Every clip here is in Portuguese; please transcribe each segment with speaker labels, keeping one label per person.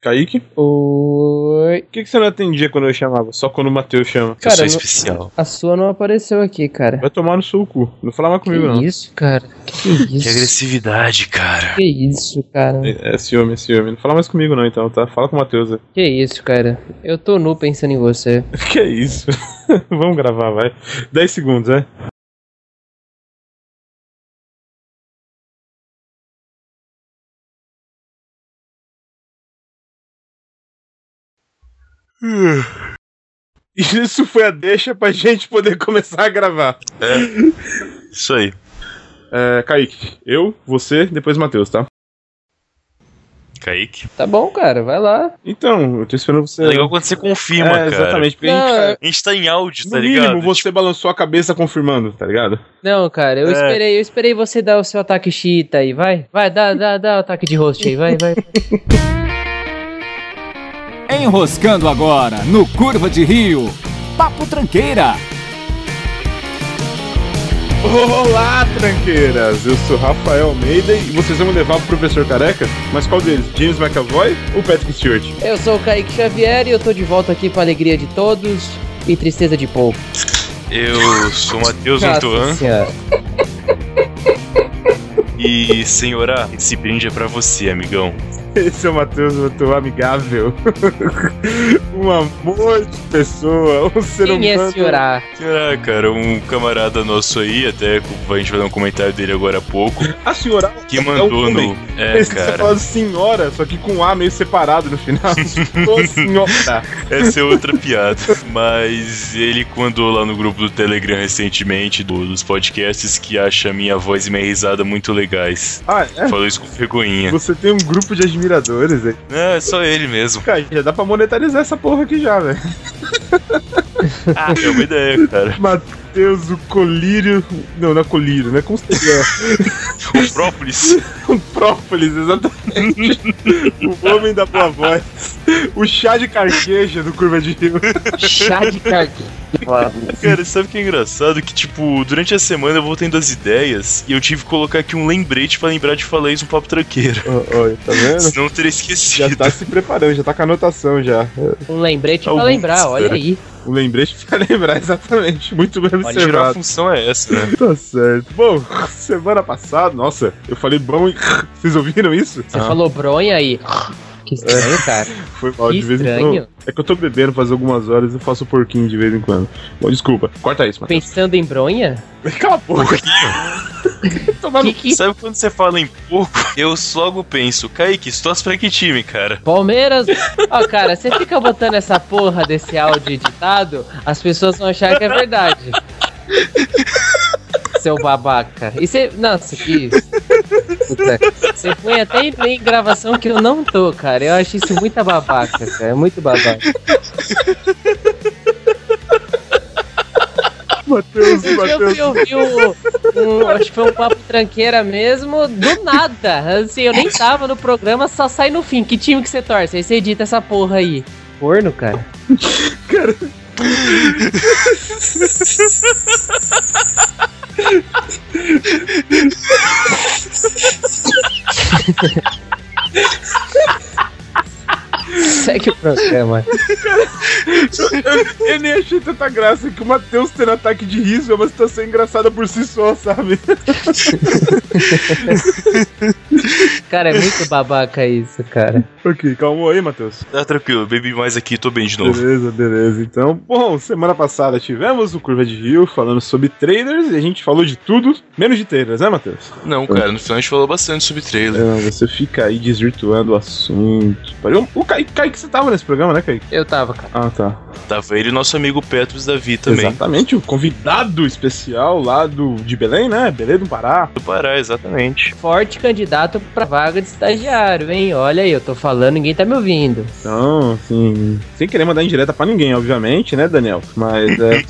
Speaker 1: Kaique?
Speaker 2: Oi.
Speaker 1: Por que, que você não atendia quando eu chamava? Só quando o Matheus chama.
Speaker 2: Cara,
Speaker 3: eu sou
Speaker 2: não-
Speaker 3: especial.
Speaker 2: a sua não apareceu aqui, cara.
Speaker 1: é Vai tomar no seu cu. Não fala mais comigo, não.
Speaker 2: que isso, cara? Que
Speaker 3: Que
Speaker 2: isso?
Speaker 3: agressividade, cara.
Speaker 2: Que isso, cara?
Speaker 1: É, é ciúme, é ciúme. Não fala mais comigo, não, então, tá? Fala com o Matheus. aí.
Speaker 2: Que isso, cara? Eu tô nu pensando em você.
Speaker 1: Que isso? Vamos gravar, vai. 10 segundos, é? Isso foi a deixa pra gente poder começar a gravar.
Speaker 3: Isso aí.
Speaker 1: É, Kaique, eu, você, depois o Matheus, tá?
Speaker 3: Kaique.
Speaker 2: Tá bom, cara, vai lá.
Speaker 1: Então, eu tô esperando você.
Speaker 3: É legal quando você confirma,
Speaker 1: É,
Speaker 3: cara.
Speaker 1: exatamente, porque a gente,
Speaker 2: Não, é,
Speaker 1: cara,
Speaker 3: A gente tá em áudio, tá
Speaker 1: no mínimo,
Speaker 3: ligado?
Speaker 1: você balançou a cabeça confirmando, tá ligado?
Speaker 2: Não, cara, eu
Speaker 3: É.
Speaker 2: esperei, eu esperei você dar o seu ataque chita aí, vai. Vai, dá, dá, dá o ataque de host aí, vai, vai.
Speaker 4: Enroscando agora no Curva de Rio. Papo Tranqueira.
Speaker 1: Olá, tranqueiras! Eu sou Rafael Almeida e vocês vão me levar pro professor careca? Mas qual deles? James McAvoy ou Patrick Stewart?
Speaker 2: Eu sou o Kaique Xavier e eu tô de volta aqui pra alegria de todos e tristeza de pouco.
Speaker 3: Eu sou Tipo, Matheus
Speaker 2: Nossa
Speaker 3: Antoine
Speaker 2: senhora.
Speaker 3: e, senhora, esse brinde é pra você, amigão.
Speaker 1: Esse é o Matheus Voto amigável. um amor de pessoa, um ser
Speaker 2: Quem
Speaker 1: humano.
Speaker 2: é senhorar?
Speaker 3: Ah, cara, um camarada nosso aí, até a gente vai dar um comentário dele agora há pouco,
Speaker 1: A senhora
Speaker 3: que mandou
Speaker 1: um homem.
Speaker 3: no. É,
Speaker 1: Esse você
Speaker 3: cara,
Speaker 1: fala senhora, só que com um A meio separado no final. Ô, senhora.
Speaker 3: essa é outra piada. Mas ele mandou lá no grupo do Telegram recentemente, do- dos podcasts, que acha minha voz e minha risada muito legais.
Speaker 1: Ah, é?
Speaker 3: Falou isso com vergonhinha.
Speaker 1: Você tem um grupo de admiradores aí.
Speaker 3: Não, é só ele mesmo.
Speaker 1: Cara, já dá pra monetarizar essa porra aqui já, velho.
Speaker 3: Ah, é uma ideia, cara.
Speaker 1: Matheus, o colírio. Não, não é colírio, né? Como se é.
Speaker 3: O própolis.
Speaker 1: Um própolis, exatamente. o homem da boa voz. O chá de carqueja do Curva de Rio.
Speaker 2: Chá de carne.
Speaker 3: Cara, sabe o que é engraçado? Que, tipo, durante a semana eu vou tendo as ideias e eu tive que colocar aqui um lembrete pra lembrar de falar isso no papo tranqueiro.
Speaker 1: Olha, tá vendo?
Speaker 3: Senão eu teria
Speaker 1: Já
Speaker 3: esquecido.
Speaker 1: tá se preparando, já tá com a anotação já.
Speaker 2: Um lembrete pra
Speaker 3: Alguns,
Speaker 2: lembrar, olha
Speaker 3: cara.
Speaker 2: aí.
Speaker 1: O lembrete pra lembrar, exatamente. Muito bem
Speaker 3: Olha, em geral, a
Speaker 1: observado.
Speaker 3: função é essa, né?
Speaker 1: Tá certo. Bom, semana passada, nossa, eu falei bom e. Vocês ouviram isso?
Speaker 2: Você
Speaker 3: Ah.
Speaker 2: falou bronha aí. Que estranho, cara.
Speaker 1: Foi mal
Speaker 2: que
Speaker 1: de vez em quando.
Speaker 2: estranho.
Speaker 1: É que eu tô bebendo faz algumas horas e faço porquinho de vez em quando. Bom, desculpa. Corta isso, Matheus.
Speaker 2: Pensando em bronha?
Speaker 1: Cala a boca. Tomar no
Speaker 2: Que que...
Speaker 3: Sabe quando você fala em pouco? Eu logo penso, Kaique, se torce pra que time, cara?
Speaker 2: Palmeiras! Ó, cara, você fica botando essa porra desse áudio editado, as pessoas vão achar que é verdade. Seu babaca. E você. Nossa, que. Puta, Você põe até em- em gravação que eu não tô, cara. Eu acho isso muito babaca, cara. É muito babaca.
Speaker 1: Matheus,
Speaker 2: Eu
Speaker 1: Matheus.
Speaker 2: fui ouvir o- um, acho que foi um papo tranqueira mesmo, do nada. Assim, eu nem tava no programa, só sai no fim. Que time que você torce? Aí você edita essa porra aí. Corno, cara. Segue o programa.
Speaker 1: Eu, eu nem achei tanta graça que o Matheus tendo ataque de riso é uma situação engraçada por si só, sabe?
Speaker 2: Cara, é muito babaca isso, cara.
Speaker 1: ok, calma aí, Matheus.
Speaker 3: Tá tranquilo, bebi mais aqui, tô bem de novo.
Speaker 1: Beleza, beleza. Então, bom, semana passada tivemos o Curva de Rio falando sobre trailers e a gente falou de tudo, menos de trailers, né, Matheus?
Speaker 3: Não, cara, no final a gente falou bastante sobre trailer.
Speaker 1: Não, É, você fica aí desvirtuando o assunto. Pariu, O Kaique, Kaique, você tava nesse programa, né, Kaique?
Speaker 2: Eu tava, cara.
Speaker 1: Ah, tá.
Speaker 3: Tava ele e nosso amigo Petros Davi também.
Speaker 1: Exatamente, o convidado especial lá do, de Belém, né? Belém do Pará.
Speaker 3: Do Pará, exatamente.
Speaker 2: Forte candidato pra vaga de estagiário, hein? Olha aí, eu tô falando, ninguém tá me ouvindo.
Speaker 1: Então, assim, sem querer mandar indireta pra ninguém, obviamente, né, Daniel? Mas é,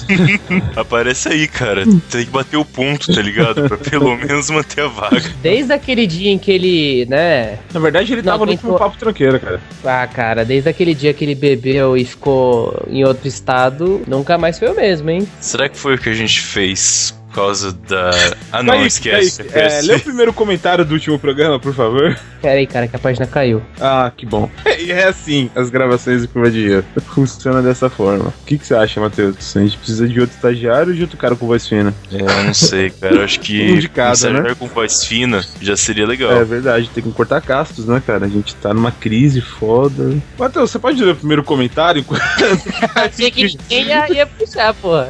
Speaker 3: Aparece aí, cara. Tem que bater o ponto, tá ligado? Pra pelo menos manter a vaga.
Speaker 2: Desde aquele dia em que ele, né?
Speaker 1: Na verdade, ele
Speaker 2: Não,
Speaker 1: tava no
Speaker 2: quem
Speaker 1: último
Speaker 2: for-
Speaker 1: papo tranqueira, cara.
Speaker 2: Ah, cara, desde aquele dia que ele bebeu e ficou em outro estado, nunca mais foi o mesmo, hein?
Speaker 3: Será que foi o que a gente fez? causa da. Ah, não,
Speaker 1: Kaique,
Speaker 3: esquece.
Speaker 1: Kaique, é,
Speaker 3: esquece.
Speaker 1: lê o primeiro comentário do último programa, por favor.
Speaker 2: Pera aí, cara, que a página caiu.
Speaker 1: Ah, que bom. E é assim, as gravações do Curva de Rio. Funciona dessa forma. O que, que você acha, Matheus? A gente precisa de outro estagiário ou de outro cara com voz fina?
Speaker 3: É, eu não sei, cara. Eu acho que
Speaker 1: Um de cada,
Speaker 3: começar a
Speaker 1: né?
Speaker 3: jogar com voz fina já seria legal.
Speaker 1: É verdade, tem que cortar castos, né, cara? A gente tá numa crise foda. Matheus, você pode ler o primeiro comentário?
Speaker 2: Achei que ninguém ia, ia puxar, porra.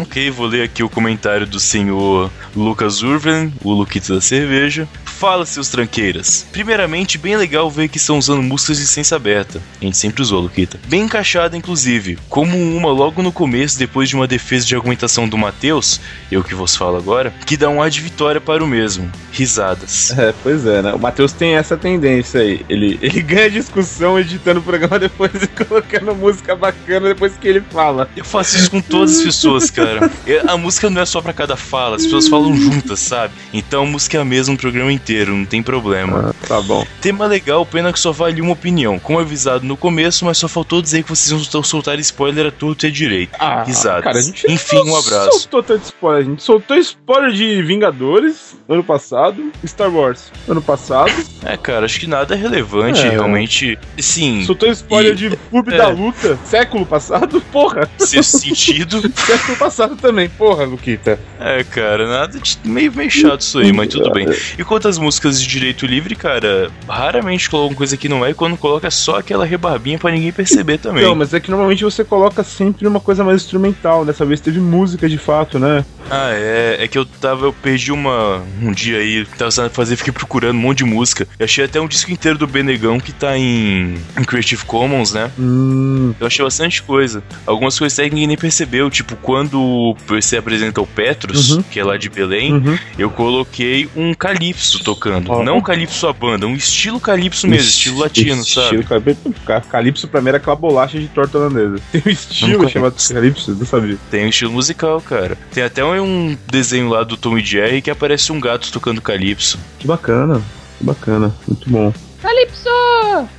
Speaker 3: Ok, vou ler aqui o comentário do senhor Lucas Urvan, o Luquito da Cerveja. Fala, seus tranqueiras. Primeiramente, bem legal ver que estão usando músicas de licença aberta. A gente sempre usou, Luquita. Bem encaixada, inclusive. Como uma logo no começo, depois de uma defesa de argumentação do Matheus, eu que vos falo agora, que dá um ar de vitória para o mesmo. Risadas.
Speaker 1: É, pois é, né? O Matheus tem essa tendência aí. Ele, ele ganha discussão editando o programa depois e colocando música bacana depois que ele fala.
Speaker 3: Eu faço isso com todas as pessoas, cara. É, A música não é só pra cada fala, as pessoas falam juntas, sabe? Então a música é a mesma o programa inteiro, não tem problema.
Speaker 1: tá bom.
Speaker 3: Tema legal, pena que só vale uma opinião. Como avisado no começo, mas só faltou dizer que vocês vão sol- soltar spoiler a tudo e direito.
Speaker 1: Ah,
Speaker 3: Risadas.
Speaker 1: cara, a gente
Speaker 3: Enfim, um abraço.
Speaker 1: soltou tanto spoiler. A gente soltou spoiler de Vingadores ano passado, Star Wars ano passado,
Speaker 3: É, cara, acho que nada é relevante,
Speaker 1: É.
Speaker 3: realmente. Sim,
Speaker 1: soltou spoiler
Speaker 3: Hum. E-
Speaker 1: de Clube
Speaker 3: é.
Speaker 1: da Luta século passado, porra.
Speaker 3: sexto sentido.
Speaker 1: Século passado também, porra, Luquita.
Speaker 3: É, cara, nada de meio, meio chato isso aí, mas tudo bem. E quanto às músicas de direito livre, cara, raramente colocam coisa que não é e quando coloca é só aquela rebarbinha pra ninguém perceber também.
Speaker 1: Não, mas é que normalmente você coloca sempre uma coisa mais instrumental. Dessa vez teve música de fato, né?
Speaker 3: Ah, é. É que eu tava, eu perdi uma. Um dia aí, tava precisando fazer, fiquei procurando um monte de música. Eu achei até um disco inteiro do Benegão que tá em, em Creative Commons, né?
Speaker 1: Hum,
Speaker 3: Eu achei bastante coisa. Algumas coisas até que ninguém nem percebeu, tipo, quando você apresenta o Petrus,
Speaker 1: Uhum.
Speaker 3: que é lá de Belém,
Speaker 1: uhum.
Speaker 3: eu coloquei um calypso tocando.
Speaker 1: Ó.
Speaker 3: Não um calypso a banda, um estilo calypso mesmo, estilo latino, sabe?
Speaker 1: Estilo ca- Calypso pra mim era aquela bolacha de torta holandesa. Tem um estilo
Speaker 3: Nunca-
Speaker 1: chamado Calypso, não sabia.
Speaker 3: Tem um estilo musical, cara. Tem até um desenho lá do Tom e Jerry que aparece um gato tocando calypso.
Speaker 1: Que bacana, que bacana, muito bom.
Speaker 2: Calypso!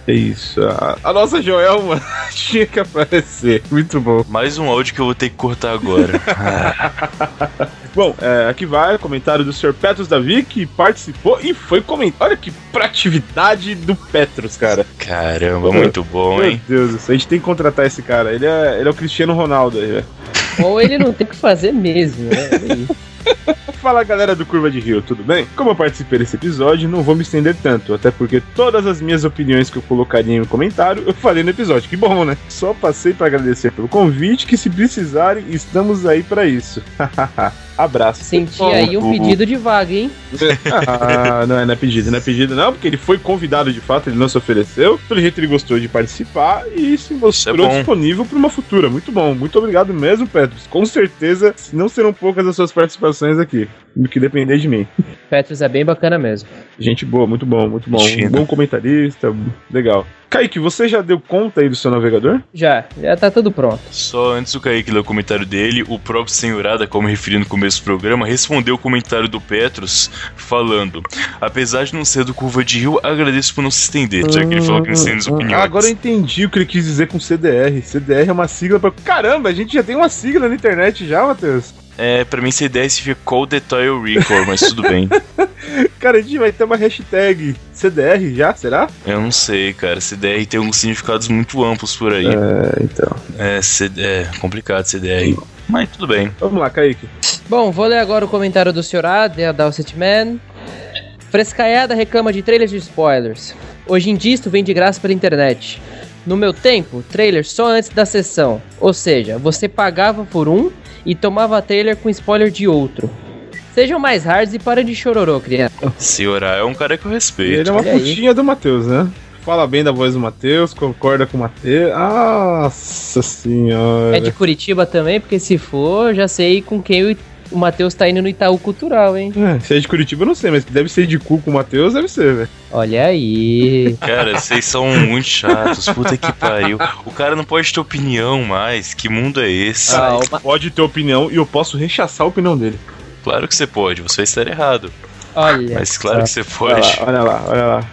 Speaker 1: É isso. A, a nossa Joelma tinha que aparecer. Muito bom.
Speaker 3: Mais um áudio que eu vou ter que cortar agora.
Speaker 1: Bom, é, aqui vai o comentário do Sr. Petros Davi, que participou e foi comentar. Olha que proatividade do Petros, cara.
Speaker 3: Caramba, muito bom,
Speaker 1: Meu
Speaker 3: hein?
Speaker 1: Deus do céu, a gente tem que contratar esse cara. Ele é, ele é o Cristiano Ronaldo aí, velho.
Speaker 2: Ou ele não tem o que fazer mesmo, né? Olha aí.
Speaker 1: Fala galera do Curva de Rio, tudo bem? Como eu participei desse episódio, não vou me estender tanto, até porque todas as minhas opiniões que eu colocaria em um comentário eu falei no episódio, que bom, né? Só passei pra agradecer pelo convite, que se precisarem, estamos aí pra isso. Abraço.
Speaker 2: Senti aí um pedido de vaga, hein?
Speaker 1: Ah, não, é, não é pedido, não é pedido não, porque ele foi convidado de fato, ele não se ofereceu. Pelo jeito ele gostou de participar e se mostrou
Speaker 3: bom.
Speaker 1: disponível para uma futura. Muito bom, muito obrigado mesmo, Petros. Com certeza não serão poucas as suas participações aqui, do que depender de mim.
Speaker 2: Petrus é bem bacana mesmo.
Speaker 1: Gente boa, muito bom, muito bom.
Speaker 3: China.
Speaker 1: Um bom comentarista, legal. Kaique, você já deu conta aí do seu navegador?
Speaker 2: Já, já tá tudo pronto.
Speaker 3: Só antes do Kaique ler o comentário dele, o próprio Senhorada, como referi no começo do programa, respondeu o comentário do Petros falando: Apesar de não ser do Curva de Rio, agradeço por não se estender. Já que ele falou que não tem as opiniões.
Speaker 1: Ah, agora eu entendi o que ele quis dizer com CDR. CDR é uma sigla pra. Caramba, a gente já tem uma sigla na internet já, Matheus.
Speaker 3: É, pra mim ser 10 fica Call the Toy Record, mas tudo bem.
Speaker 1: Cara, a gente vai ter uma hashtag CDR já, será?
Speaker 3: Eu não sei, cara. CDR tem uns significados muito amplos por aí.
Speaker 1: É, então.
Speaker 3: É, C- é complicado CDR. Mas tudo bem.
Speaker 1: Vamos lá, Kaique.
Speaker 2: Bom, vou ler agora o comentário do senhor Adalcet Man. Frescaiada reclama de trailers de spoilers. Hoje em dia isto vem de graça pela internet. No meu tempo, trailer só antes da sessão. Ou seja, você pagava por um e tomava trailer com spoiler de outro. Sejam mais hards e parem de chororô, criança.
Speaker 3: Senhorar é um cara que eu respeito.
Speaker 1: Ele é uma
Speaker 2: olha aí.
Speaker 1: putinha do Matheus, né? Fala bem da voz do Matheus, concorda com o Matheus. Nossa senhora.
Speaker 2: É de Curitiba também, porque se for, já sei com quem o- o Matheus tá indo no Itaú Cultural, hein?
Speaker 1: É, se é de Curitiba, eu não sei, mas que deve ser de cu com o Matheus, deve ser, velho.
Speaker 2: Olha aí.
Speaker 3: Cara, vocês são muito chatos. Puta que pariu. O cara não pode ter opinião mais. Que mundo é esse?
Speaker 2: Ah,
Speaker 1: Ele
Speaker 2: uma-
Speaker 1: Pode ter opinião e eu posso rechaçar a opinião dele.
Speaker 3: Claro que você pode, você vai estar errado.
Speaker 2: Olha.
Speaker 3: Mas claro que você
Speaker 1: Olha
Speaker 3: pode.
Speaker 1: lá, olha lá, olha lá.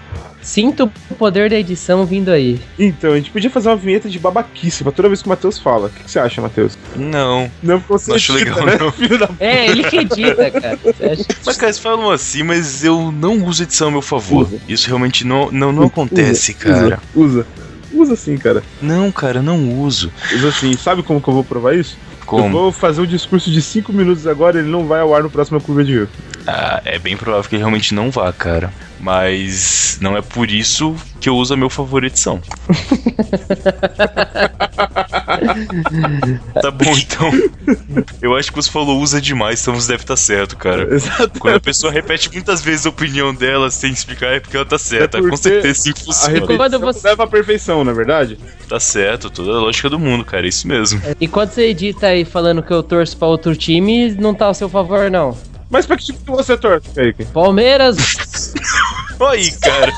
Speaker 2: Sinto o poder da edição vindo aí.
Speaker 1: Então, a gente podia fazer uma vinheta de babaquice pra toda vez que o Matheus fala. O que, que você acha, Matheus?
Speaker 3: Não.
Speaker 1: Não, porque você
Speaker 3: Não acho legal, não.
Speaker 1: filho da
Speaker 2: É, ele que edita, cara. Você acha que
Speaker 3: Mas, cara, eles falam assim, mas eu não uso edição a meu favor.
Speaker 1: Usa.
Speaker 3: Isso realmente não, não, não acontece,
Speaker 1: Usa,
Speaker 3: cara.
Speaker 1: Usa. Usa sim, cara.
Speaker 3: Não, cara, não uso.
Speaker 1: Usa sim. Sabe como que eu vou provar isso? Eu
Speaker 3: Como?
Speaker 1: vou fazer um discurso de 5 minutos agora ele não vai ao ar no próximo Curva de Rio.
Speaker 3: Ah, é bem provável que ele realmente não vá, cara. Mas não é por isso que eu uso a meu favor edição. tá bom, então. Eu acho que você falou usa demais, então você deve estar certo, cara.
Speaker 1: Exato.
Speaker 3: Quando a pessoa repete muitas vezes a opinião dela sem explicar, é porque ela tá certa.
Speaker 1: É
Speaker 3: com
Speaker 1: porque
Speaker 3: certeza sim que
Speaker 1: A
Speaker 3: funciona.
Speaker 1: repetição
Speaker 2: Quando você-
Speaker 1: leva à perfeição, na é verdade?
Speaker 3: Tá certo, toda a lógica do mundo, cara. É isso mesmo.
Speaker 2: E quando você edita aí falando que eu torço pra outro time, não tá ao seu favor, não.
Speaker 1: Mas pra que tipo que você torce, Kaique?
Speaker 2: Palmeiras,
Speaker 3: Olha aí, cara.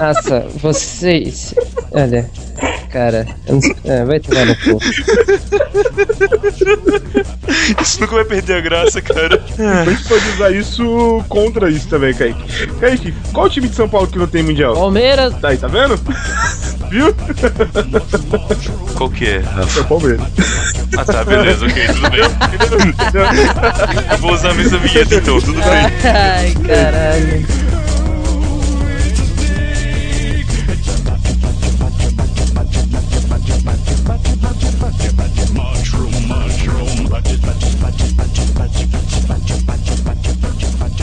Speaker 2: nossa, vocês. Olha, cara, eu não sei- é, vai tomar no cu.
Speaker 3: Isso nunca vai perder a graça, cara.
Speaker 1: A gente pode usar isso contra isso também, Kaique. Kaique, qual o time de São Paulo que não tem mundial?
Speaker 2: Palmeiras,
Speaker 1: Tá aí, tá vendo? Viu?
Speaker 3: Qual que é, Rafa?
Speaker 1: É o Palmeiras.
Speaker 3: Ah tá, beleza, ok, tudo bem. Eu vou usar a mesma vinheta então, tudo bem.
Speaker 2: ai, caralho.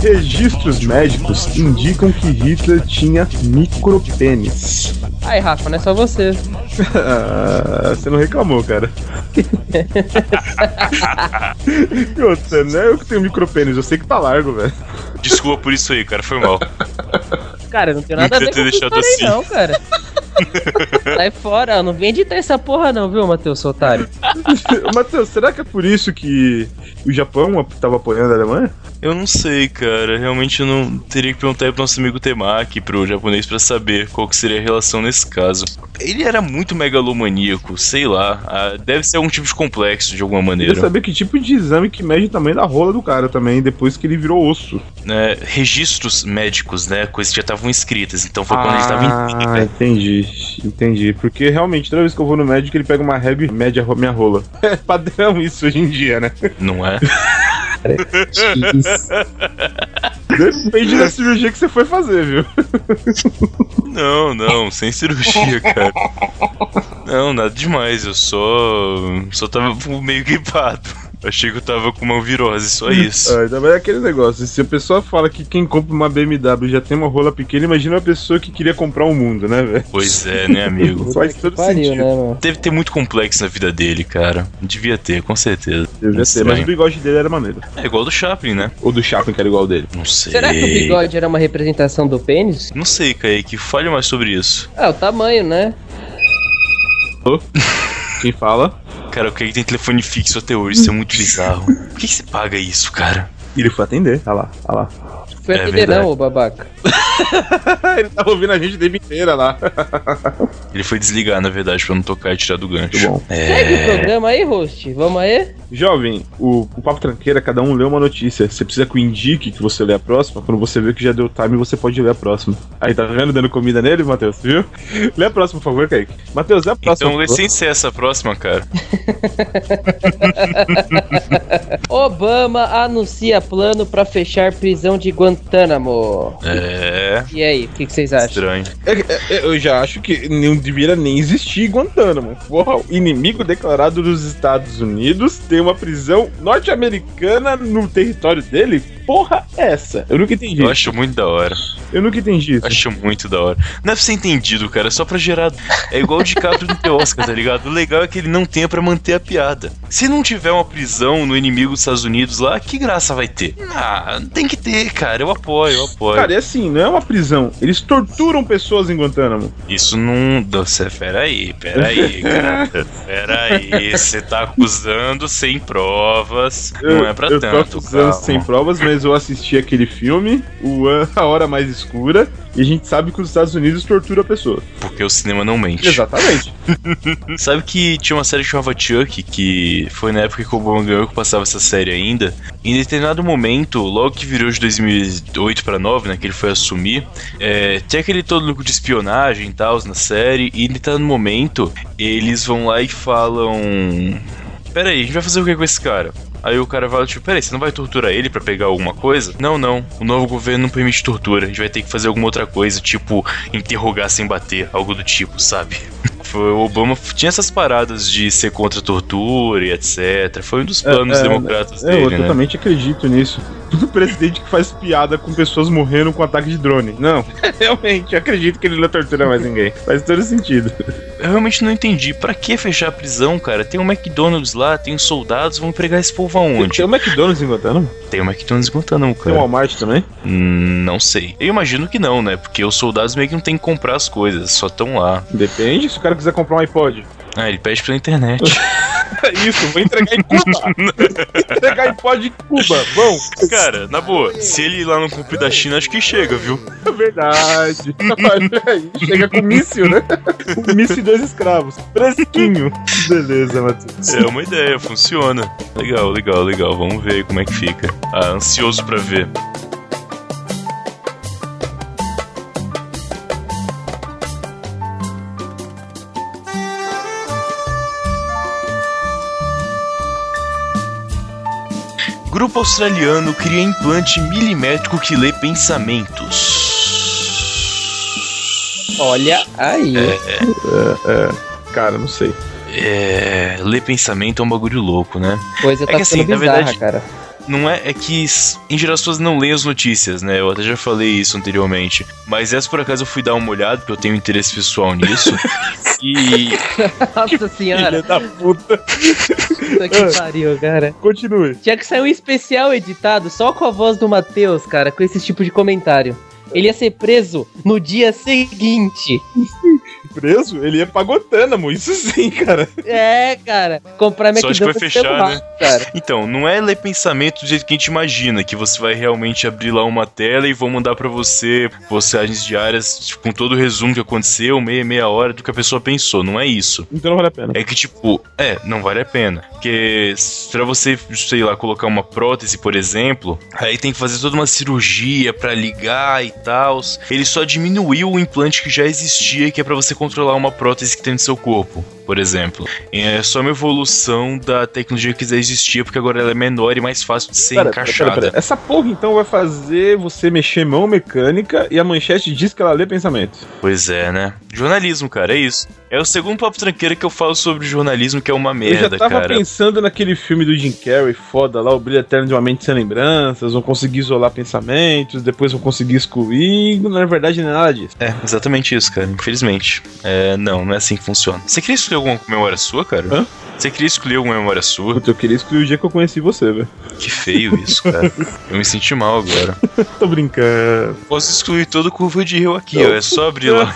Speaker 1: Registros médicos indicam que Hitler tinha micropênis.
Speaker 2: Ai, Rafa, não é só você.
Speaker 1: Ah, você não reclamou, cara. e outra, não é eu que tenho micropênis, eu sei que tá largo, velho.
Speaker 3: Desculpa por isso aí, cara, foi mal.
Speaker 2: Cara, não tem nada a ver com
Speaker 3: Devia ter
Speaker 2: isso
Speaker 3: deixado
Speaker 2: aí,
Speaker 3: assim.
Speaker 2: não, cara. Sai fora, não vem editar essa porra, não, viu, Matheus, seu otário?
Speaker 1: Matheus, será que é por isso que o Japão tava apoiando a Alemanha?
Speaker 3: Eu não sei, cara, realmente eu não teria que perguntar aí pro nosso amigo Temaki, pro japonês, pra saber qual que seria a relação nesse caso. Ele era muito megalomaníaco, sei lá, Ah, deve ser algum tipo de complexo de alguma
Speaker 1: Queria
Speaker 3: maneira.
Speaker 1: saber que tipo de exame que mede o tamanho da rola do cara também, depois que ele virou osso.
Speaker 3: né, registros médicos, né? Coisas que já estavam escritas. Então foi quando ele estava em.
Speaker 1: Ah, entendi, entendi. Porque realmente, toda vez que eu vou no médico, ele pega uma régua e mede a ro- minha rola. É padrão isso hoje em dia, né?
Speaker 3: Não é?
Speaker 1: Depende da cirurgia que você foi fazer, viu?
Speaker 3: Não, não, sem cirurgia, cara. Não, nada demais, eu só. Só tava meio gripado. Achei que eu tava com uma virose, só isso.
Speaker 1: Ah, também é aquele negócio. Se a pessoa fala que quem compra uma BMW já tem uma rola pequena, imagina uma pessoa que queria comprar o mundo, né, velho?
Speaker 3: Pois é, né, amigo?
Speaker 1: Faz todo sentido.
Speaker 2: né, mano?
Speaker 3: Deve ter muito complexo na vida dele, cara. Devia ter, com certeza.
Speaker 1: Devia ser, mas
Speaker 3: Estranho.
Speaker 1: o bigode dele era maneiro.
Speaker 3: É igual do Chaplin, né?
Speaker 1: Ou do Chaplin, que era igual dele.
Speaker 3: Não sei.
Speaker 2: Será que o bigode era uma representação do pênis?
Speaker 3: Não sei, Kaique. Fale mais sobre isso.
Speaker 2: Ah, o tamanho, né?
Speaker 1: Quem fala?
Speaker 3: Cara, o Kaique tem telefone fixo até hoje, isso é muito bizarro. Por que, que você paga isso, cara?
Speaker 1: Ele foi atender. Tá lá, tá lá.
Speaker 2: Foi
Speaker 3: É
Speaker 2: atender,
Speaker 3: verdade.
Speaker 2: não, ô babaca.
Speaker 1: ele tava ouvindo a gente a vida inteira lá.
Speaker 3: Ele foi desligar, na verdade, pra não tocar e tirar do gancho.
Speaker 1: Muito
Speaker 2: Segue o programa aí, host. Vamos aí?
Speaker 1: Jovem, o, o Papo Tranqueira, cada um lê uma notícia. Você precisa que eu indique que você lê a próxima. Quando você vê que já deu time, você pode ler a próxima. Aí, tá vendo? Dando comida nele, Matheus, viu? Lê a próxima, por favor, Kaique. Matheus, lê a próxima.
Speaker 3: Então,
Speaker 1: por
Speaker 3: lê
Speaker 1: favor.
Speaker 3: sem ser essa próxima, cara.
Speaker 2: Obama anuncia plano pra fechar prisão de Guantánamo.
Speaker 3: É.
Speaker 2: E aí, o que, que vocês acham?
Speaker 3: Estranho.
Speaker 1: É, é, Eu já acho que não deveria nem existir Guantánamo. Porra, inimigo declarado dos Estados Unidos tem uma prisão norte-americana no território dele? Porra, essa? Eu nunca entendi.
Speaker 3: Eu acho muito da hora.
Speaker 1: Eu nunca entendi isso.
Speaker 3: Acho muito da hora. Não é pra ser entendido, cara. É só pra gerar. É igual o DiCaprio no The Oscar, tá ligado? O legal é que ele não tem pra manter a piada. Se não tiver uma prisão no inimigo dos Estados Unidos lá, que graça vai ter? Ah, tem que ter, cara. Eu apoio, eu apoio.
Speaker 1: Cara, é assim, não é uma prisão. Eles torturam pessoas em Guantánamo.
Speaker 3: Isso não. Você, peraí, peraí, cara. Peraí. Você tá acusando sem provas. Não é pra
Speaker 1: eu
Speaker 3: tanto.
Speaker 1: tô acusando
Speaker 3: calma.
Speaker 1: sem provas, mas eu assisti aquele filme, o An- A Hora Mais Escura, e E a gente sabe que os Estados Unidos tortura a pessoa.
Speaker 3: Porque o cinema não mente.
Speaker 1: Exatamente.
Speaker 3: Sabe que tinha uma série que chamava Chuck, que foi na época que o Obama ganhou que passava essa série ainda. Em determinado momento, logo que virou de 2008 pra 9, né, que ele foi assumir, é, tem aquele todo lucro de espionagem e tal na série, e em determinado momento, eles vão lá e falam... Pera aí, a gente vai fazer o que com esse cara? Aí o cara fala, tipo, peraí, você não vai torturar ele pra pegar alguma coisa? Não, não. O novo governo não permite tortura. A gente vai ter que fazer alguma outra coisa, tipo, interrogar sem bater, algo do tipo, sabe? Foi, o Obama tinha essas paradas de ser contra a tortura e etc. Foi um dos planos
Speaker 1: É, é,
Speaker 3: democratas
Speaker 1: É, eu
Speaker 3: dele, né?
Speaker 1: totalmente acredito nisso. Todo presidente que faz piada com pessoas morrendo com ataque de drone. Não, realmente, eu acredito que ele não tortura mais ninguém. Faz todo sentido.
Speaker 3: Eu realmente não entendi. Pra que fechar a prisão, cara? Tem um McDonald's lá, tem os soldados, vão pegar esse povo aonde?
Speaker 1: Tem o McDonald's em Guantanamo?
Speaker 3: Tem o McDonald's em Guantanamo,
Speaker 1: Tem o
Speaker 3: cara.
Speaker 1: Walmart também?
Speaker 3: Hum, não sei. Eu imagino que não, né? Porque os soldados meio que não tem que comprar as coisas, só estão lá.
Speaker 1: Depende, se o cara quiser comprar um iPod.
Speaker 3: Ah, ele pede pela internet.
Speaker 1: É Isso, vou entregar em Cuba. entregar iPod em Cuba, bom.
Speaker 3: Cara, na boa, se ele ir lá no cumprir da China, acho que chega, viu?
Speaker 1: É verdade. Olha aí, chega com míssil, né? Um míssil e dois escravos. Fresquinho. Beleza, Matheus.
Speaker 3: É uma ideia, funciona. Legal, legal, legal. Vamos ver aí como é que fica. Ah, ansioso pra ver. Grupo australiano cria implante milimétrico que lê pensamentos.
Speaker 2: Olha aí.
Speaker 1: Cara, não sei.
Speaker 3: É. Ler pensamento é um bagulho louco, né?
Speaker 2: Coisa tá
Speaker 3: que assim,
Speaker 2: sendo
Speaker 3: na
Speaker 2: bizarra,
Speaker 3: verdade-
Speaker 2: cara.
Speaker 3: não é, é que s- em geral as pessoas não leem as notícias, né? Eu até já falei isso anteriormente. Mas essa por acaso eu fui dar uma olhada, porque eu tenho interesse pessoal nisso. e
Speaker 2: Nossa senhora,
Speaker 1: Filha da puta.
Speaker 2: puta que pariu, cara.
Speaker 1: Continue.
Speaker 2: Tinha que sair um especial editado só com a voz do Matheus, cara, com esse tipo de comentário. Ele ia ser preso no dia seguinte.
Speaker 1: Preso, ele ia pra Guantánamo, isso sim, cara.
Speaker 2: É, cara. Comprar
Speaker 3: Só acho que vai
Speaker 2: McDonald's
Speaker 3: fechar,
Speaker 2: celular,
Speaker 3: né?
Speaker 2: cara.
Speaker 3: então, não é ler pensamento do jeito que a gente imagina, que você vai realmente abrir lá uma tela e vão mandar pra você postagens diárias tipo, com todo o resumo que aconteceu, meia, meia hora do que a pessoa pensou. Não é isso.
Speaker 1: Então não vale a pena.
Speaker 3: É que, tipo, é, não vale a pena. Porque s- pra você, sei lá, colocar uma prótese, por exemplo, aí tem que fazer toda uma cirurgia pra ligar e tal. Ele só diminuiu o implante que já existia, que é pra você controlar uma prótese que tem no seu corpo, por exemplo. É só uma evolução da tecnologia que já existia, porque agora ela é menor e mais fácil de ser encaixada.
Speaker 1: Essa porra então vai fazer você mexer mão mecânica e a manchete diz que ela lê pensamento.
Speaker 3: Pois é, né? Jornalismo, cara, é isso. É o segundo papo tranqueira que eu falo sobre jornalismo, que é uma merda,
Speaker 1: Eu já tava
Speaker 3: cara.
Speaker 1: pensando naquele filme do Jim Carrey, foda lá, o brilho eterno de uma mente sem lembranças, vão conseguir isolar pensamentos, depois vão conseguir excluir, na verdade não é nada disso.
Speaker 3: É, exatamente isso, cara. Infelizmente. É, não, não é assim que funciona. Você queria escolher alguma memória sua, cara?
Speaker 1: Hã?
Speaker 3: Você queria escolher alguma memória sua?
Speaker 1: Puta, eu queria excluir o dia que eu conheci você, velho.
Speaker 3: Que feio isso, cara. Eu me senti mal agora.
Speaker 1: Tô brincando.
Speaker 3: Posso excluir todo o curva de rio aqui, ó. É só abrir lá.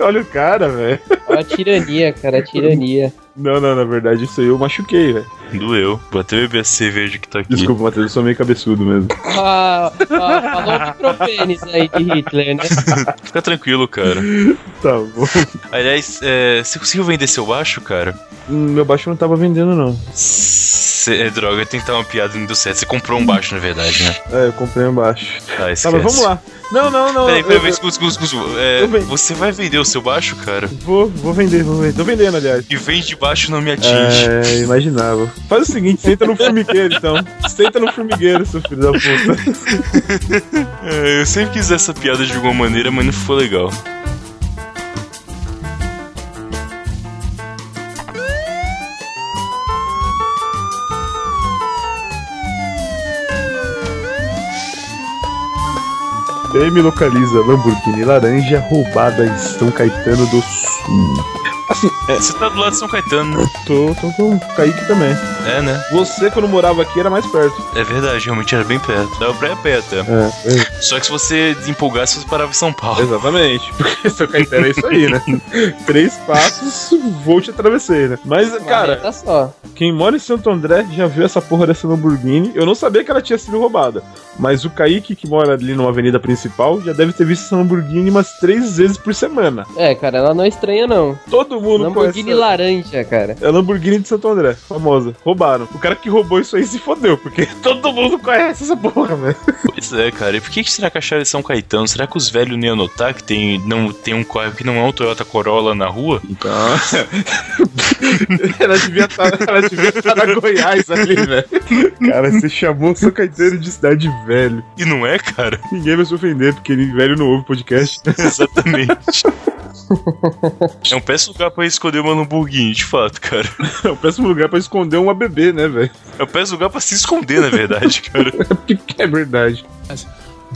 Speaker 1: Olha o cara, velho.
Speaker 2: Ó, a tirania, cara, a tirania.
Speaker 1: Não, não, na verdade isso aí eu machuquei, velho.
Speaker 3: Doeu. Vou até beber a cerveja que tá aqui.
Speaker 1: Desculpa, Matheus, eu sou meio cabeçudo mesmo.
Speaker 2: Ah, ah, falou o micropênis aí de Hitler, né?
Speaker 3: Fica tranquilo, cara.
Speaker 1: Tá bom.
Speaker 3: Aliás, é, você conseguiu vender seu baixo, cara?
Speaker 1: Hum, Meu baixo não tava vendendo, não.
Speaker 3: Cê, é, droga, eu ia tentar uma piada e não deu certo. Você comprou um baixo, na verdade, né?
Speaker 1: É, eu comprei um baixo.
Speaker 3: Tá, esquece.
Speaker 1: Tá, mas vamos lá. Não, não, não.
Speaker 3: Peraí,
Speaker 1: eu-
Speaker 3: peraí, peraí,
Speaker 1: eu-
Speaker 3: escuta, escuta, escuta. É,
Speaker 1: Eu vendo.
Speaker 3: você vai vender o seu baixo, cara?
Speaker 1: Vou, vou vender, vou vender. Tô vendendo, aliás.
Speaker 3: E vende de baixo não me atinge.
Speaker 1: É, imaginava. Faz o seguinte, senta no formigueiro, então. Senta no formigueiro, seu filho da puta.
Speaker 3: É, eu sempre quis essa piada de alguma maneira, mas não ficou legal.
Speaker 1: Bem me localiza, Lamborghini laranja roubada em São Caetano do Sul. A
Speaker 3: É, Você tá do lado de São Caetano, né?
Speaker 1: Tô, tô com o Kaique também.
Speaker 3: É, né?
Speaker 1: Você, quando morava aqui, era mais perto.
Speaker 3: É verdade, realmente era bem perto. Dava pra ir a pé até.
Speaker 1: É,
Speaker 3: Só que se você desempolgasse, você parava em São Paulo.
Speaker 1: Exatamente. Porque São Caetano é isso aí, né? Três passos, vou te atravessei, né? Mas, cara,
Speaker 2: tá só.
Speaker 1: Quem mora em Santo André já viu essa porra dessa Lamborghini. Eu não sabia que ela tinha sido roubada. Mas o Kaique, que mora ali numa avenida principal, já deve ter visto essa Lamborghini umas três vezes por semana.
Speaker 2: É, cara, ela não é estranha, não.
Speaker 1: Todo mundo
Speaker 2: Lamborghini
Speaker 1: conhece.
Speaker 2: laranja, cara.
Speaker 1: É a Lamborghini de Santo André, famosa. Roubaram. O cara que roubou isso aí se fodeu, porque todo mundo conhece essa porra, velho.
Speaker 3: Pois é, cara. E por que, que será que acharam em São Caetano? Será que os velhos não iam notar que tem, não, tem um carro que não é um Toyota Corolla na rua?
Speaker 1: Então. ela devia estar na Goiás ali, velho. Cara, você chamou São Caetano de cidade velho.
Speaker 3: E não é, cara?
Speaker 1: Ninguém vai se ofender, porque ele velho não ouve podcast.
Speaker 3: Exatamente. É um péssimo lugar pra esconder uma Lamborghini, de fato, cara.
Speaker 1: É o péssimo lugar pra esconder uma bebê, né, velho?
Speaker 3: É um péssimo lugar pra se esconder, na verdade, cara.
Speaker 1: É verdade.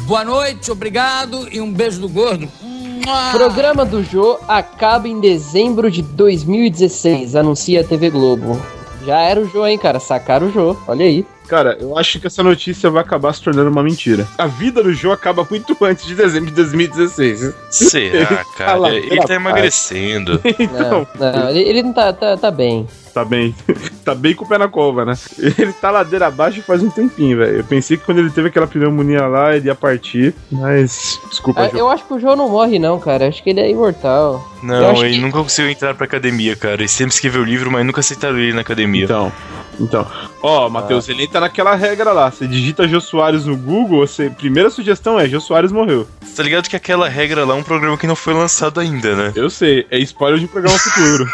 Speaker 5: Boa noite, obrigado e um beijo do gordo.
Speaker 2: Ah.
Speaker 5: Mua!
Speaker 2: Programa do Jô acaba em dezembro de 2016, anuncia a TV Globo. Já era o Jô, hein, cara? Sacaram o Jô. Olha aí.
Speaker 1: Cara, eu acho que essa notícia vai acabar se tornando uma mentira. A vida do Joe acaba muito antes de dezembro de 2016.
Speaker 3: Será,
Speaker 1: Ah lá,
Speaker 3: cara? Ele
Speaker 1: rapaz.
Speaker 3: tá emagrecendo.
Speaker 1: Então,
Speaker 2: Não, não, ele, ele não tá, tá, tá bem.
Speaker 1: tá bem. Tá bem com o pé na cova, né? Ele tá ladeira abaixo faz um tempinho, velho. Eu pensei que quando ele teve aquela pneumonia lá, ele ia partir. Mas. Desculpa,
Speaker 2: Ah,
Speaker 1: Joe.
Speaker 2: eu acho que o Jô não morre, não, cara. Acho que ele é imortal. Eu
Speaker 3: Não,
Speaker 2: acho
Speaker 3: ele
Speaker 2: que-
Speaker 3: nunca conseguiu entrar pra academia, cara. Ele sempre escreveu livro, mas nunca aceitaram ele na academia.
Speaker 1: Então. Então,
Speaker 2: Ah.
Speaker 1: ó,
Speaker 3: Ah.
Speaker 1: Matheus, ele entra naquela regra lá. Você digita Jô Soares no Google, você, primeira sugestão é: Jô Soares morreu.
Speaker 3: Tá ligado que aquela regra lá é um programa que não foi lançado ainda, né?
Speaker 1: Eu sei, é spoiler de um programa futuro.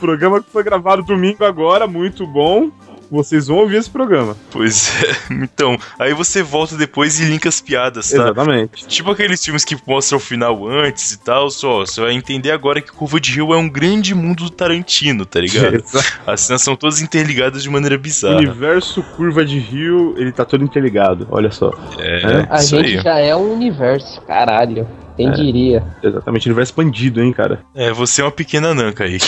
Speaker 1: programa que foi gravado domingo agora, muito bom. Vocês vão ouvir esse programa.
Speaker 3: Pois é. Então, aí você volta depois e linka as piadas, tá?
Speaker 1: Exatamente.
Speaker 3: Tipo aqueles filmes que mostram o final antes e tal, só você vai entender agora que Curva de Rio é um grande mundo do Tarantino, tá ligado? As cenas são todas interligadas de maneira
Speaker 1: O
Speaker 3: bizarra.
Speaker 1: Universo Curva de Rio, ele tá todo interligado, olha só.
Speaker 3: É,
Speaker 2: A
Speaker 3: isso
Speaker 2: gente
Speaker 3: aí.
Speaker 2: já é um universo, caralho. Quem diria?
Speaker 1: Exatamente, universo expandido, hein, cara.
Speaker 3: É, você é uma pequena anã, Kaique.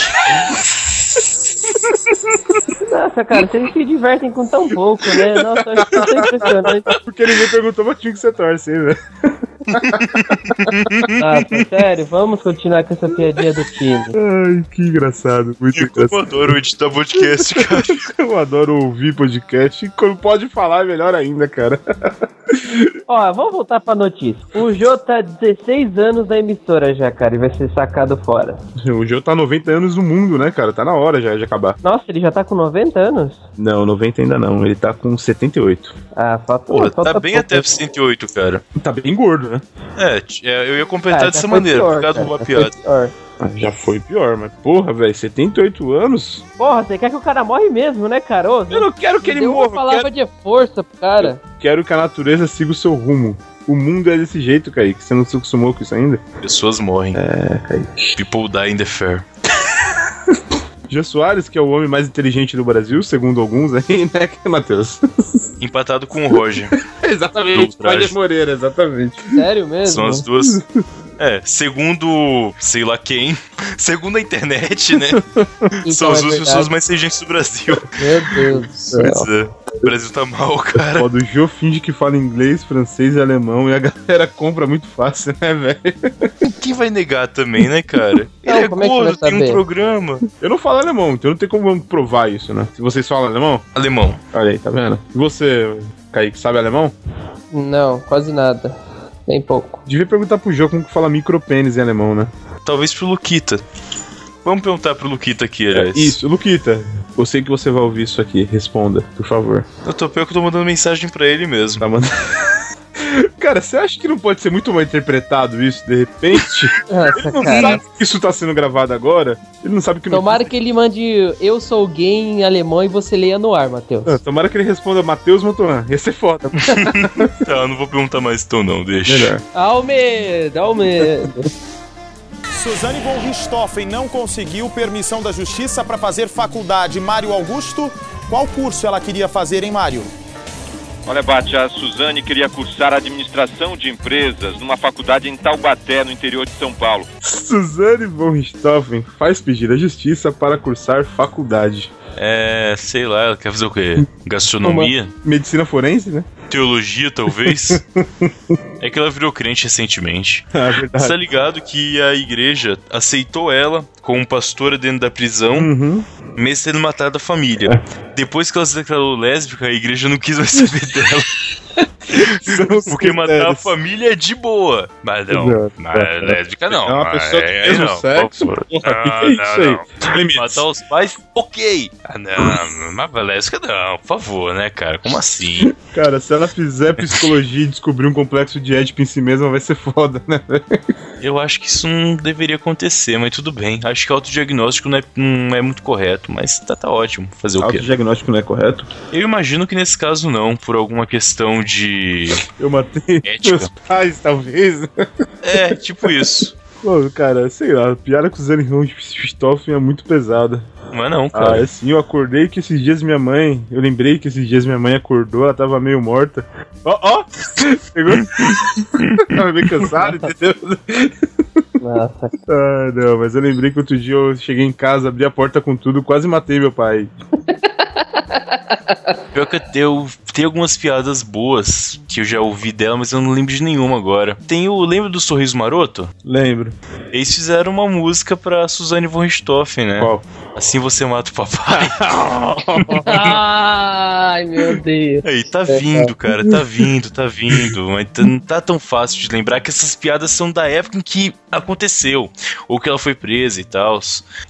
Speaker 2: Nossa, cara, vocês se divertem com tão pouco, né? Nossa, eu acho que isso é impressionante.
Speaker 1: Porque ele me perguntou pra time que você torce, hein, velho.
Speaker 2: Nossa, Ah, tá sério, vamos continuar com essa piadinha do time.
Speaker 1: Ai, que engraçado, muito
Speaker 3: E como eu
Speaker 1: engraçado.
Speaker 3: adoro editar podcast, cara.
Speaker 1: Eu adoro ouvir podcast. E quando pode falar, é melhor ainda, cara.
Speaker 2: Ó, vamos voltar pra notícia. O Jô tá há 16 anos na emissora já, cara, e vai ser sacado fora.
Speaker 1: O Jô tá 90 anos no mundo, né, cara? Tá na hora já de acabar.
Speaker 2: Nossa, ele já tá com 90 anos?
Speaker 1: Não, 90 ainda não. Ele tá com 78.
Speaker 2: Ah, falta,
Speaker 3: Pô,
Speaker 2: falta
Speaker 3: tá bem
Speaker 2: pouco.
Speaker 3: até o 108, cara.
Speaker 1: Tá bem gordo, né?
Speaker 3: É, t- é, eu ia
Speaker 2: Ah,
Speaker 3: completar
Speaker 2: já
Speaker 3: dessa
Speaker 2: foi
Speaker 3: maneira,
Speaker 2: pior,
Speaker 3: por causa
Speaker 2: cara,
Speaker 3: de uma
Speaker 2: já foi
Speaker 3: piada.
Speaker 2: pior.
Speaker 1: Ah, Já foi pior, mas porra, velho, 78 anos?
Speaker 2: Porra, você quer que o cara morre mesmo, né, cara? Ô,
Speaker 1: Eu não quero que ele
Speaker 2: deu
Speaker 1: morra,
Speaker 2: uma
Speaker 1: eu quero,
Speaker 2: palavra de força pro cara.
Speaker 1: quero que a natureza siga o seu rumo. O mundo é desse jeito, Kaique. Você não se acostumou com isso ainda?
Speaker 3: Pessoas morrem.
Speaker 2: É,
Speaker 3: People die in the fair.
Speaker 1: Jô Soares, que é o homem mais inteligente do Brasil, segundo alguns aí, né, Matheus?
Speaker 3: Empatado com o Roger.
Speaker 1: exatamente,
Speaker 3: Douglas
Speaker 1: Roger Moreira, exatamente.
Speaker 2: Sério mesmo?
Speaker 3: São as duas. É, segundo. sei lá quem. Segundo a internet, né?
Speaker 2: Então
Speaker 3: são as
Speaker 2: é
Speaker 3: duas
Speaker 2: verdade.
Speaker 3: pessoas mais inteligentes do Brasil.
Speaker 2: Meu Deus do céu.
Speaker 3: Pois é. O Brasil tá mal, cara.
Speaker 1: Foda, o Jô finge que fala inglês, francês e alemão e a galera compra muito fácil, né, velho?
Speaker 3: Quem vai negar também, né, cara?
Speaker 2: Não,
Speaker 3: Ele é
Speaker 2: como é que
Speaker 3: gordo,
Speaker 2: vai
Speaker 3: tem um
Speaker 2: saber?
Speaker 3: programa.
Speaker 1: Eu não falo alemão, então não tem como provar isso, né? Se vocês falam alemão,
Speaker 3: Alemão.
Speaker 1: olha aí, tá vendo? E você, Kaique, sabe alemão?
Speaker 2: Não, quase nada. Bem pouco.
Speaker 1: Devia perguntar pro Jô como que fala micropênis em alemão, né?
Speaker 3: Talvez pro Luquita. Vamos perguntar pro Luquita aqui,
Speaker 2: É,
Speaker 3: aliás.
Speaker 1: Isso, Luquita, eu sei que você vai ouvir isso aqui, responda, por favor.
Speaker 3: Eu tô pior que eu tô mandando mensagem pra ele mesmo.
Speaker 1: Tá mandando. Cara, você acha que não pode ser muito mal interpretado isso de repente?
Speaker 2: Nossa,
Speaker 1: Ele não
Speaker 2: cara.
Speaker 1: sabe que isso tá sendo gravado agora. Ele não sabe que
Speaker 2: Tomara que ele mande Eu sou gay em alemão e você leia no ar, Matheus.
Speaker 1: Ah, Tomara que ele responda Matheus Motoran. Ia ser foda.
Speaker 3: Tá, eu não vou perguntar mais então, não, deixa.
Speaker 1: Melhor.
Speaker 2: Almeida, Almeida.
Speaker 6: Suzane von Richthofen não conseguiu permissão da justiça para fazer faculdade. Mário Augusto, qual curso ela queria fazer, hein, Mário?
Speaker 7: Olha, Bate, a Suzane queria cursar administração de empresas numa faculdade em Taubaté, no interior de São Paulo.
Speaker 1: Suzane von Richthofen faz pedido à justiça para cursar faculdade.
Speaker 3: É, sei lá, ela quer fazer o quê? Gastronomia?
Speaker 1: Medicina forense, né?
Speaker 3: Teologia, talvez? é que ela virou crente recentemente.
Speaker 1: Ah,
Speaker 3: Você tá
Speaker 1: verdade.
Speaker 3: ligado que a igreja aceitou ela como pastora dentro da prisão,
Speaker 1: Uhum.
Speaker 3: mesmo tendo matado a família. Depois que ela se declarou lésbica, a igreja não quis mais saber dela.
Speaker 1: São os
Speaker 3: Porque matar a
Speaker 1: critérios.
Speaker 3: família é de boa. Mas não,
Speaker 1: Não,
Speaker 3: mas
Speaker 1: não.
Speaker 3: lésbica não.
Speaker 1: É uma
Speaker 3: mas
Speaker 1: pessoa do
Speaker 3: aí
Speaker 1: mesmo
Speaker 3: não.
Speaker 1: sexo,
Speaker 3: Pô,
Speaker 1: porra, que
Speaker 3: não,
Speaker 1: que é
Speaker 3: não,
Speaker 1: isso aí?
Speaker 3: não.
Speaker 1: Limites.
Speaker 3: Matar os pais, ok. Ah, não, mas lésbica não, por favor, né, cara? Como assim?
Speaker 1: Cara, se ela fizer psicologia e descobrir um complexo de Édipo em si mesma, vai ser foda, né?
Speaker 3: Eu acho que isso não deveria acontecer, mas tudo bem. Acho que autodiagnóstico não é, não é muito correto, mas tá, tá ótimo. Fazer o quê?
Speaker 1: Autodiagnóstico não é correto.
Speaker 3: Eu imagino que nesse caso não, por alguma questão de.
Speaker 1: Eu matei
Speaker 3: Ética.
Speaker 1: meus pais, talvez.
Speaker 3: É, tipo isso.
Speaker 1: Pô, cara, sei lá, a piada com o Zane Ron Stoffen é muito pesada.
Speaker 3: Mas não, cara.
Speaker 1: Ah, é assim, eu acordei que esses dias minha mãe. Eu lembrei que esses dias minha mãe acordou, ela tava meio morta. Ó, ó! Pegou? tava meio cansado, entendeu?
Speaker 2: Nossa,
Speaker 1: Ah, não, mas eu lembrei que outro dia eu cheguei em casa, abri a porta com tudo, quase matei meu pai.
Speaker 3: Pior que eu, eu tem algumas piadas boas que eu já ouvi dela, mas eu não lembro de nenhuma agora. Tem o lembra do Sorriso Maroto?
Speaker 1: Lembro.
Speaker 3: Eles fizeram uma música pra Suzane von Richthofen, né?
Speaker 1: Qual?
Speaker 3: Assim você mata o papai.
Speaker 2: Ai, meu Deus.
Speaker 3: Aí tá vindo, cara, tá vindo, tá vindo. Mas t- não tá tão fácil de lembrar que essas piadas são da época em que aconteceu, ou que ela foi presa e tal.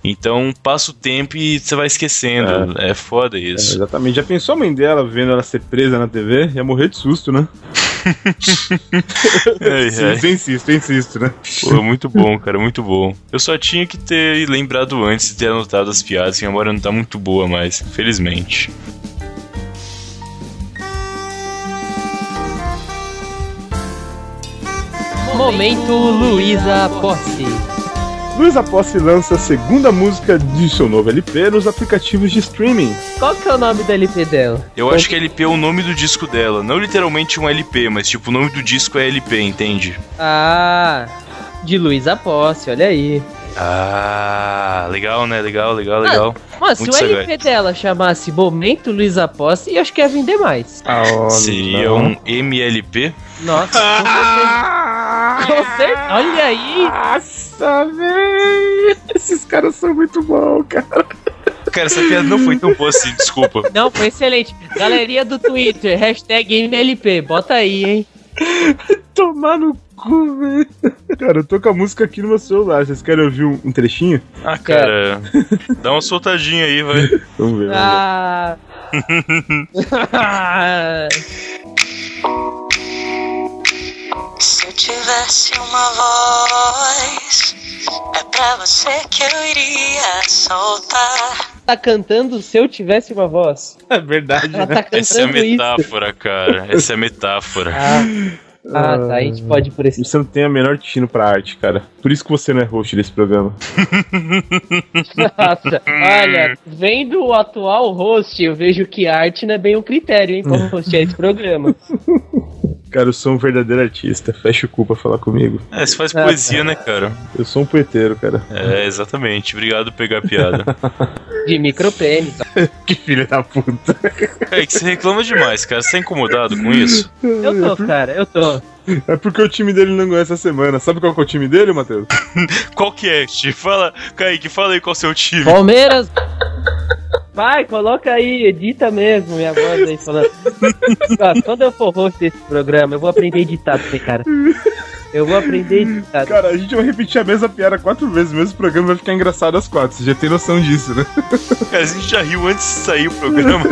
Speaker 3: Então passa o tempo e você vai esquecendo. É, foda
Speaker 1: É,
Speaker 3: isso.
Speaker 1: exatamente. Já pensou a mãe dela vendo ela ser presa na TV? Ia morrer de susto, né?
Speaker 3: Ai, ai.
Speaker 1: Sim, insisto, insisto, né?
Speaker 3: Pô, muito bom, cara, muito bom. Eu só tinha que ter lembrado antes e ter anotado as piadas, que a memória não tá muito boa mais, felizmente.
Speaker 2: Momento Luísa Posse.
Speaker 1: Luiz Aposse lança a segunda música de seu novo LP nos aplicativos de streaming.
Speaker 2: Qual que é o nome do LP dela?
Speaker 3: Eu acho que LP é o nome do disco dela, não literalmente um LP, mas tipo, o nome do disco é LP, entende?
Speaker 2: Ah, de Luísa Posse, olha aí.
Speaker 3: Ah, legal, né? Legal, legal, legal.
Speaker 2: Mas se
Speaker 3: Muito
Speaker 2: o LP
Speaker 3: sagaz.
Speaker 2: dela chamasse Momento Luísa Posse, eu acho que ia vender mais.
Speaker 1: Ah,
Speaker 3: Seria um MLP?
Speaker 2: Nossa, com certeza. Com certeza. Olha aí.
Speaker 1: Nossa, velho! Esses caras são muito bons, cara.
Speaker 3: Cara, essa piada não foi tão boa assim, desculpa.
Speaker 2: Não, foi excelente. Galeria do Twitter, hashtag MLP, bota aí, hein?
Speaker 1: Tomar no cu, velho. Cara, eu tô com a música aqui no meu celular. Vocês querem ouvir um, um trechinho?
Speaker 3: Ah, cara, É, dá uma soltadinha aí, vai.
Speaker 1: Vamos ver. vamos ver.
Speaker 2: Ah.
Speaker 8: Se eu tivesse uma voz, é pra você que eu iria soltar.
Speaker 2: tá cantando se eu tivesse uma voz.
Speaker 1: É verdade.
Speaker 2: Ela tá
Speaker 3: Essa é a
Speaker 2: cantando isso.
Speaker 3: metáfora, cara. Essa é a metáfora.
Speaker 2: Ah, ah, tá, a gente pode ir por esse.
Speaker 1: Você não tem a menor tino pra arte, cara. Por isso que você não é host desse programa.
Speaker 2: Nossa, olha, vendo o atual host, eu vejo que arte não é bem um critério, hein, pra hostear esse programa.
Speaker 1: Cara, eu sou um verdadeiro artista. Fecha o cu pra falar comigo.
Speaker 3: É, você faz
Speaker 1: Ah, tá.
Speaker 3: poesia, né, cara?
Speaker 1: Eu sou um poeteiro, cara.
Speaker 3: É, exatamente. Obrigado por pegar a piada.
Speaker 2: De micropênis.
Speaker 1: Que filha da puta.
Speaker 3: É que você reclama demais, cara. Você tá incomodado com isso?
Speaker 2: Eu tô, cara, eu tô.
Speaker 1: É porque o time dele não ganhou essa semana. Sabe qual que é o time dele, Matheus?
Speaker 3: Qual que é, Steve? Fala, Kaique, fala aí qual é o seu time.
Speaker 2: Palmeiras! Vai, coloca aí, edita mesmo minha voz aí falando. Ó, quando eu for host desse programa, eu vou aprender a editar também, cara. Eu vou aprender a editar.
Speaker 1: Cara, a gente vai repetir a mesma piada quatro vezes. O mesmo programa vai ficar engraçado às quatro. Você já tem noção disso, né?
Speaker 3: Cara, a gente já riu antes de sair o programa.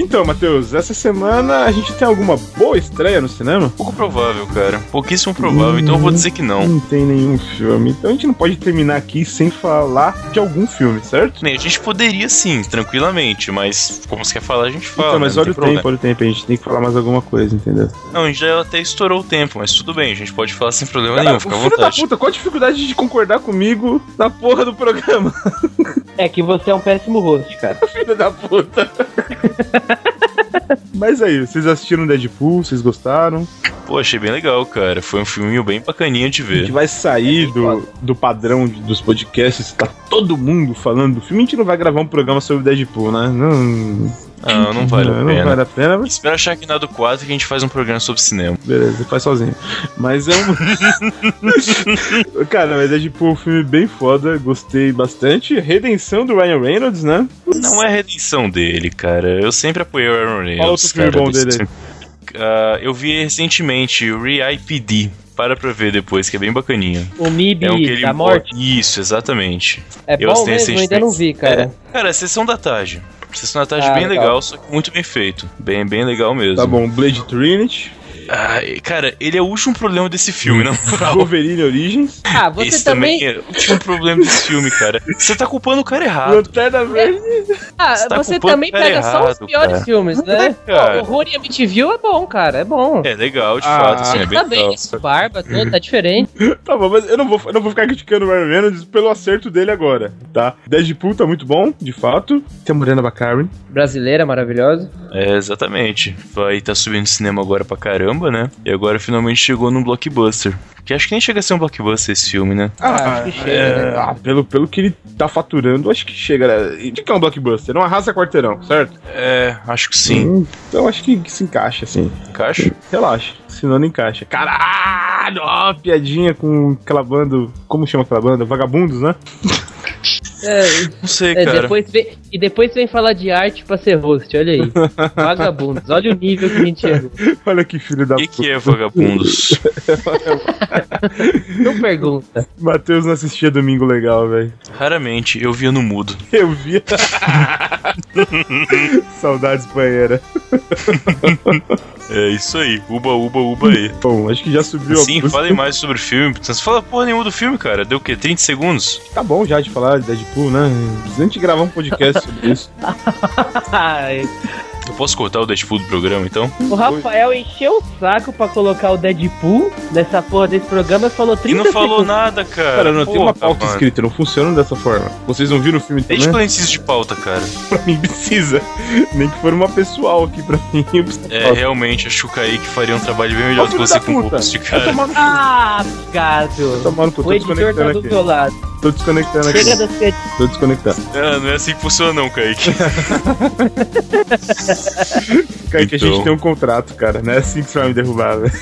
Speaker 1: Então, Matheus, essa semana a gente tem alguma boa estreia no cinema?
Speaker 3: Pouco provável, cara. Pouquíssimo provável, então eu vou dizer que não.
Speaker 1: Não tem nenhum filme. Então a gente não pode terminar aqui sem falar de algum filme, certo?
Speaker 3: Né, A gente poderia sim, tranquilamente, mas como você quer falar, a gente fala.
Speaker 1: então, mas
Speaker 3: né,
Speaker 1: olha
Speaker 3: não
Speaker 1: o
Speaker 3: tem problema.
Speaker 1: tempo, olha o tempo. A gente tem que falar mais alguma coisa, entendeu?
Speaker 3: Não, a gente já até estourou o tempo, mas tudo bem, a gente pode falar sem problema nenhum,
Speaker 1: Ah,
Speaker 3: fica à
Speaker 1: o filho da
Speaker 3: vontade.
Speaker 1: puta, qual a dificuldade de concordar comigo na porra do programa?
Speaker 2: É que você é um péssimo host, cara.
Speaker 1: filho da puta. Mas aí, vocês assistiram Deadpool, vocês gostaram?
Speaker 3: Pô, achei bem legal, cara. Foi um filminho bem bacaninha de
Speaker 1: A gente
Speaker 3: ver.
Speaker 1: vai sair do, do padrão de- dos podcasts, tá todo mundo falando do filme. A gente não vai gravar um programa sobre Deadpool, né? Não,
Speaker 3: Ah, não vale a
Speaker 1: não
Speaker 3: pena.
Speaker 1: vale a pena, mas
Speaker 3: Espera achar que nada do quadro que a gente faz um programa sobre cinema.
Speaker 1: beleza, faz sozinho. Mas é um. Cara, mas Deadpool é um filme bem foda, gostei bastante. Redenção do Ryan Reynolds, né?
Speaker 3: Não é a redenção dele, cara. Eu sempre apoiei o Aaron Reynolds.
Speaker 1: Qual outro filme
Speaker 3: cara,
Speaker 1: bom
Speaker 3: desse
Speaker 1: dele
Speaker 3: filme. Ah, eu vi recentemente o Re-IPD. Para pra ver depois, que é bem bacaninha.
Speaker 2: O MIB
Speaker 3: é um que ele
Speaker 2: da
Speaker 3: mo-
Speaker 2: morte
Speaker 3: Isso, exatamente.
Speaker 2: é
Speaker 3: eu assim, É,
Speaker 2: bom mesmo?
Speaker 3: assinei
Speaker 2: Eu
Speaker 3: recentemente.
Speaker 2: ainda não vi, cara.
Speaker 3: Cara, sessão da tarde. Sessão da tarde
Speaker 2: Ah,
Speaker 3: bem
Speaker 2: legal.
Speaker 3: legal. só que muito bem feito. Bem, bem legal mesmo.
Speaker 1: Tá bom, Blade Trinity,
Speaker 3: Ah, e, cara, ele é o último problema desse filme, na moral.
Speaker 1: Wolverine Origins,
Speaker 2: Ah, você
Speaker 3: Esse
Speaker 2: também.
Speaker 3: é o último problema desse filme, cara. Você tá culpando o cara errado.
Speaker 1: Lanterna Verde.
Speaker 2: Ah,
Speaker 3: Você tá
Speaker 2: você
Speaker 3: culpando
Speaker 2: também
Speaker 3: o cara
Speaker 2: pega só os
Speaker 3: errado,
Speaker 2: piores
Speaker 3: cara. É,
Speaker 2: filmes, né? Pô,
Speaker 3: cara.
Speaker 2: Horror e Amityville é bom, cara. É bom.
Speaker 3: É legal, de
Speaker 1: Ah,
Speaker 3: fato. Assim, é
Speaker 2: Ele
Speaker 3: bem
Speaker 2: tá bem,
Speaker 3: legal.
Speaker 2: isso, barba, tudo, tá diferente.
Speaker 1: Tá bom, mas eu não vou, eu não vou ficar criticando o Ryan Reynolds pelo acerto dele agora, tá? Deadpool tá muito bom, de fato. Tem a Morena Baccarin.
Speaker 2: Brasileira, maravilhosa.
Speaker 3: É, exatamente. Vai tá subindo cinema agora pra caramba, né? E agora finalmente chegou num blockbuster. Que acho que nem chega a ser um blockbuster esse filme, né?
Speaker 2: Ah, acho que chega,
Speaker 1: é,
Speaker 2: né?
Speaker 1: ah, pelo, pelo que ele tá faturando, acho que chega. né? E O que é um blockbuster? Não arrasa quarteirão, certo?
Speaker 3: É, acho que sim.
Speaker 1: Hum, Então acho que, que se encaixa, assim.
Speaker 3: Caixa?
Speaker 1: Relaxa, senão não encaixa. Caralho, ó, piadinha com aquela banda. Como chama aquela banda? Vagabundos, né?
Speaker 2: É,
Speaker 3: Não sei,
Speaker 2: É,
Speaker 3: cara.
Speaker 2: depois vem- e depois vem falar de arte pra ser host, olha aí. Vagabundos, olha o nível que a gente chegou.
Speaker 1: Olha que filho da
Speaker 3: O que, que é Vagabundos?
Speaker 2: Não pergunta.
Speaker 1: Matheus não assistia Domingo Legal, velho.
Speaker 3: Raramente eu via no mudo.
Speaker 1: Eu vi. Saudades, banheira.
Speaker 3: É isso aí. Uba, uba, uba aí.
Speaker 1: Bom, acho que já subiu
Speaker 3: Sim,
Speaker 1: alguns-
Speaker 3: falem mais sobre o filme. então, Você não fala porra nenhuma do filme, cara. Deu o quê? 30 segundos?
Speaker 1: Tá bom já de falar de Deadpool, né? Precisa gente gravar um podcast sobre isso.
Speaker 2: Ai,
Speaker 3: Eu posso cortar o Deadpool do programa, então?
Speaker 2: o Rafael encheu o saco pra colocar o Deadpool nessa porra desse programa e falou
Speaker 3: E
Speaker 2: 30
Speaker 3: não falou
Speaker 2: segundos.
Speaker 3: nada, cara.
Speaker 1: Cara, não tem
Speaker 3: Porra,
Speaker 1: uma pauta
Speaker 3: mano.
Speaker 1: escrita, né? não funciona dessa forma. Vocês não viram o filme também?
Speaker 3: Desde quando a gente precisa de pauta, cara?
Speaker 1: pra mim precisa. Nem que for uma pessoal aqui pra mim. eu preciso
Speaker 3: É,
Speaker 1: falar.
Speaker 3: realmente, acho que o Kaique faria um trabalho bem
Speaker 1: Ô,
Speaker 3: melhor do que
Speaker 1: filho
Speaker 3: você
Speaker 1: da
Speaker 3: com o
Speaker 1: puta!
Speaker 3: Poucos de
Speaker 1: Vai
Speaker 3: cara.
Speaker 1: tomar no cu,
Speaker 2: Ah,
Speaker 1: vai
Speaker 2: gato.
Speaker 1: tomar no cu.
Speaker 2: O
Speaker 1: Tô
Speaker 2: editor tá
Speaker 1: desconectando
Speaker 2: do
Speaker 1: aqui.
Speaker 2: teu lado.
Speaker 1: Tô desconectando
Speaker 2: Chega
Speaker 1: aqui.
Speaker 2: das críticas.
Speaker 1: Tô desconectando.
Speaker 3: Ah, não é assim que funciona, não, Kaique.
Speaker 1: Cara, que a
Speaker 3: Então.
Speaker 1: gente tem um contrato, cara. Não é assim que você vai me derrubar, velho.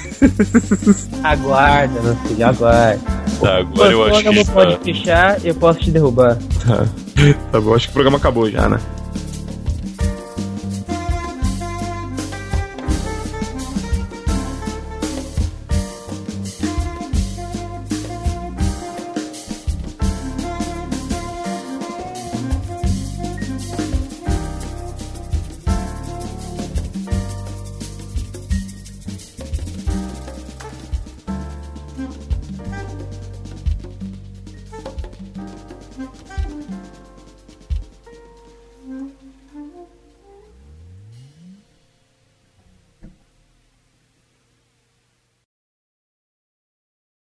Speaker 2: Aguarda, meu filho, aguarda.
Speaker 3: Tá, agora eu
Speaker 2: Quando
Speaker 3: acho
Speaker 2: o
Speaker 3: que
Speaker 2: programa
Speaker 3: está.
Speaker 2: pode fechar, eu posso te derrubar.
Speaker 1: Tá bom, acho que o programa acabou já, né?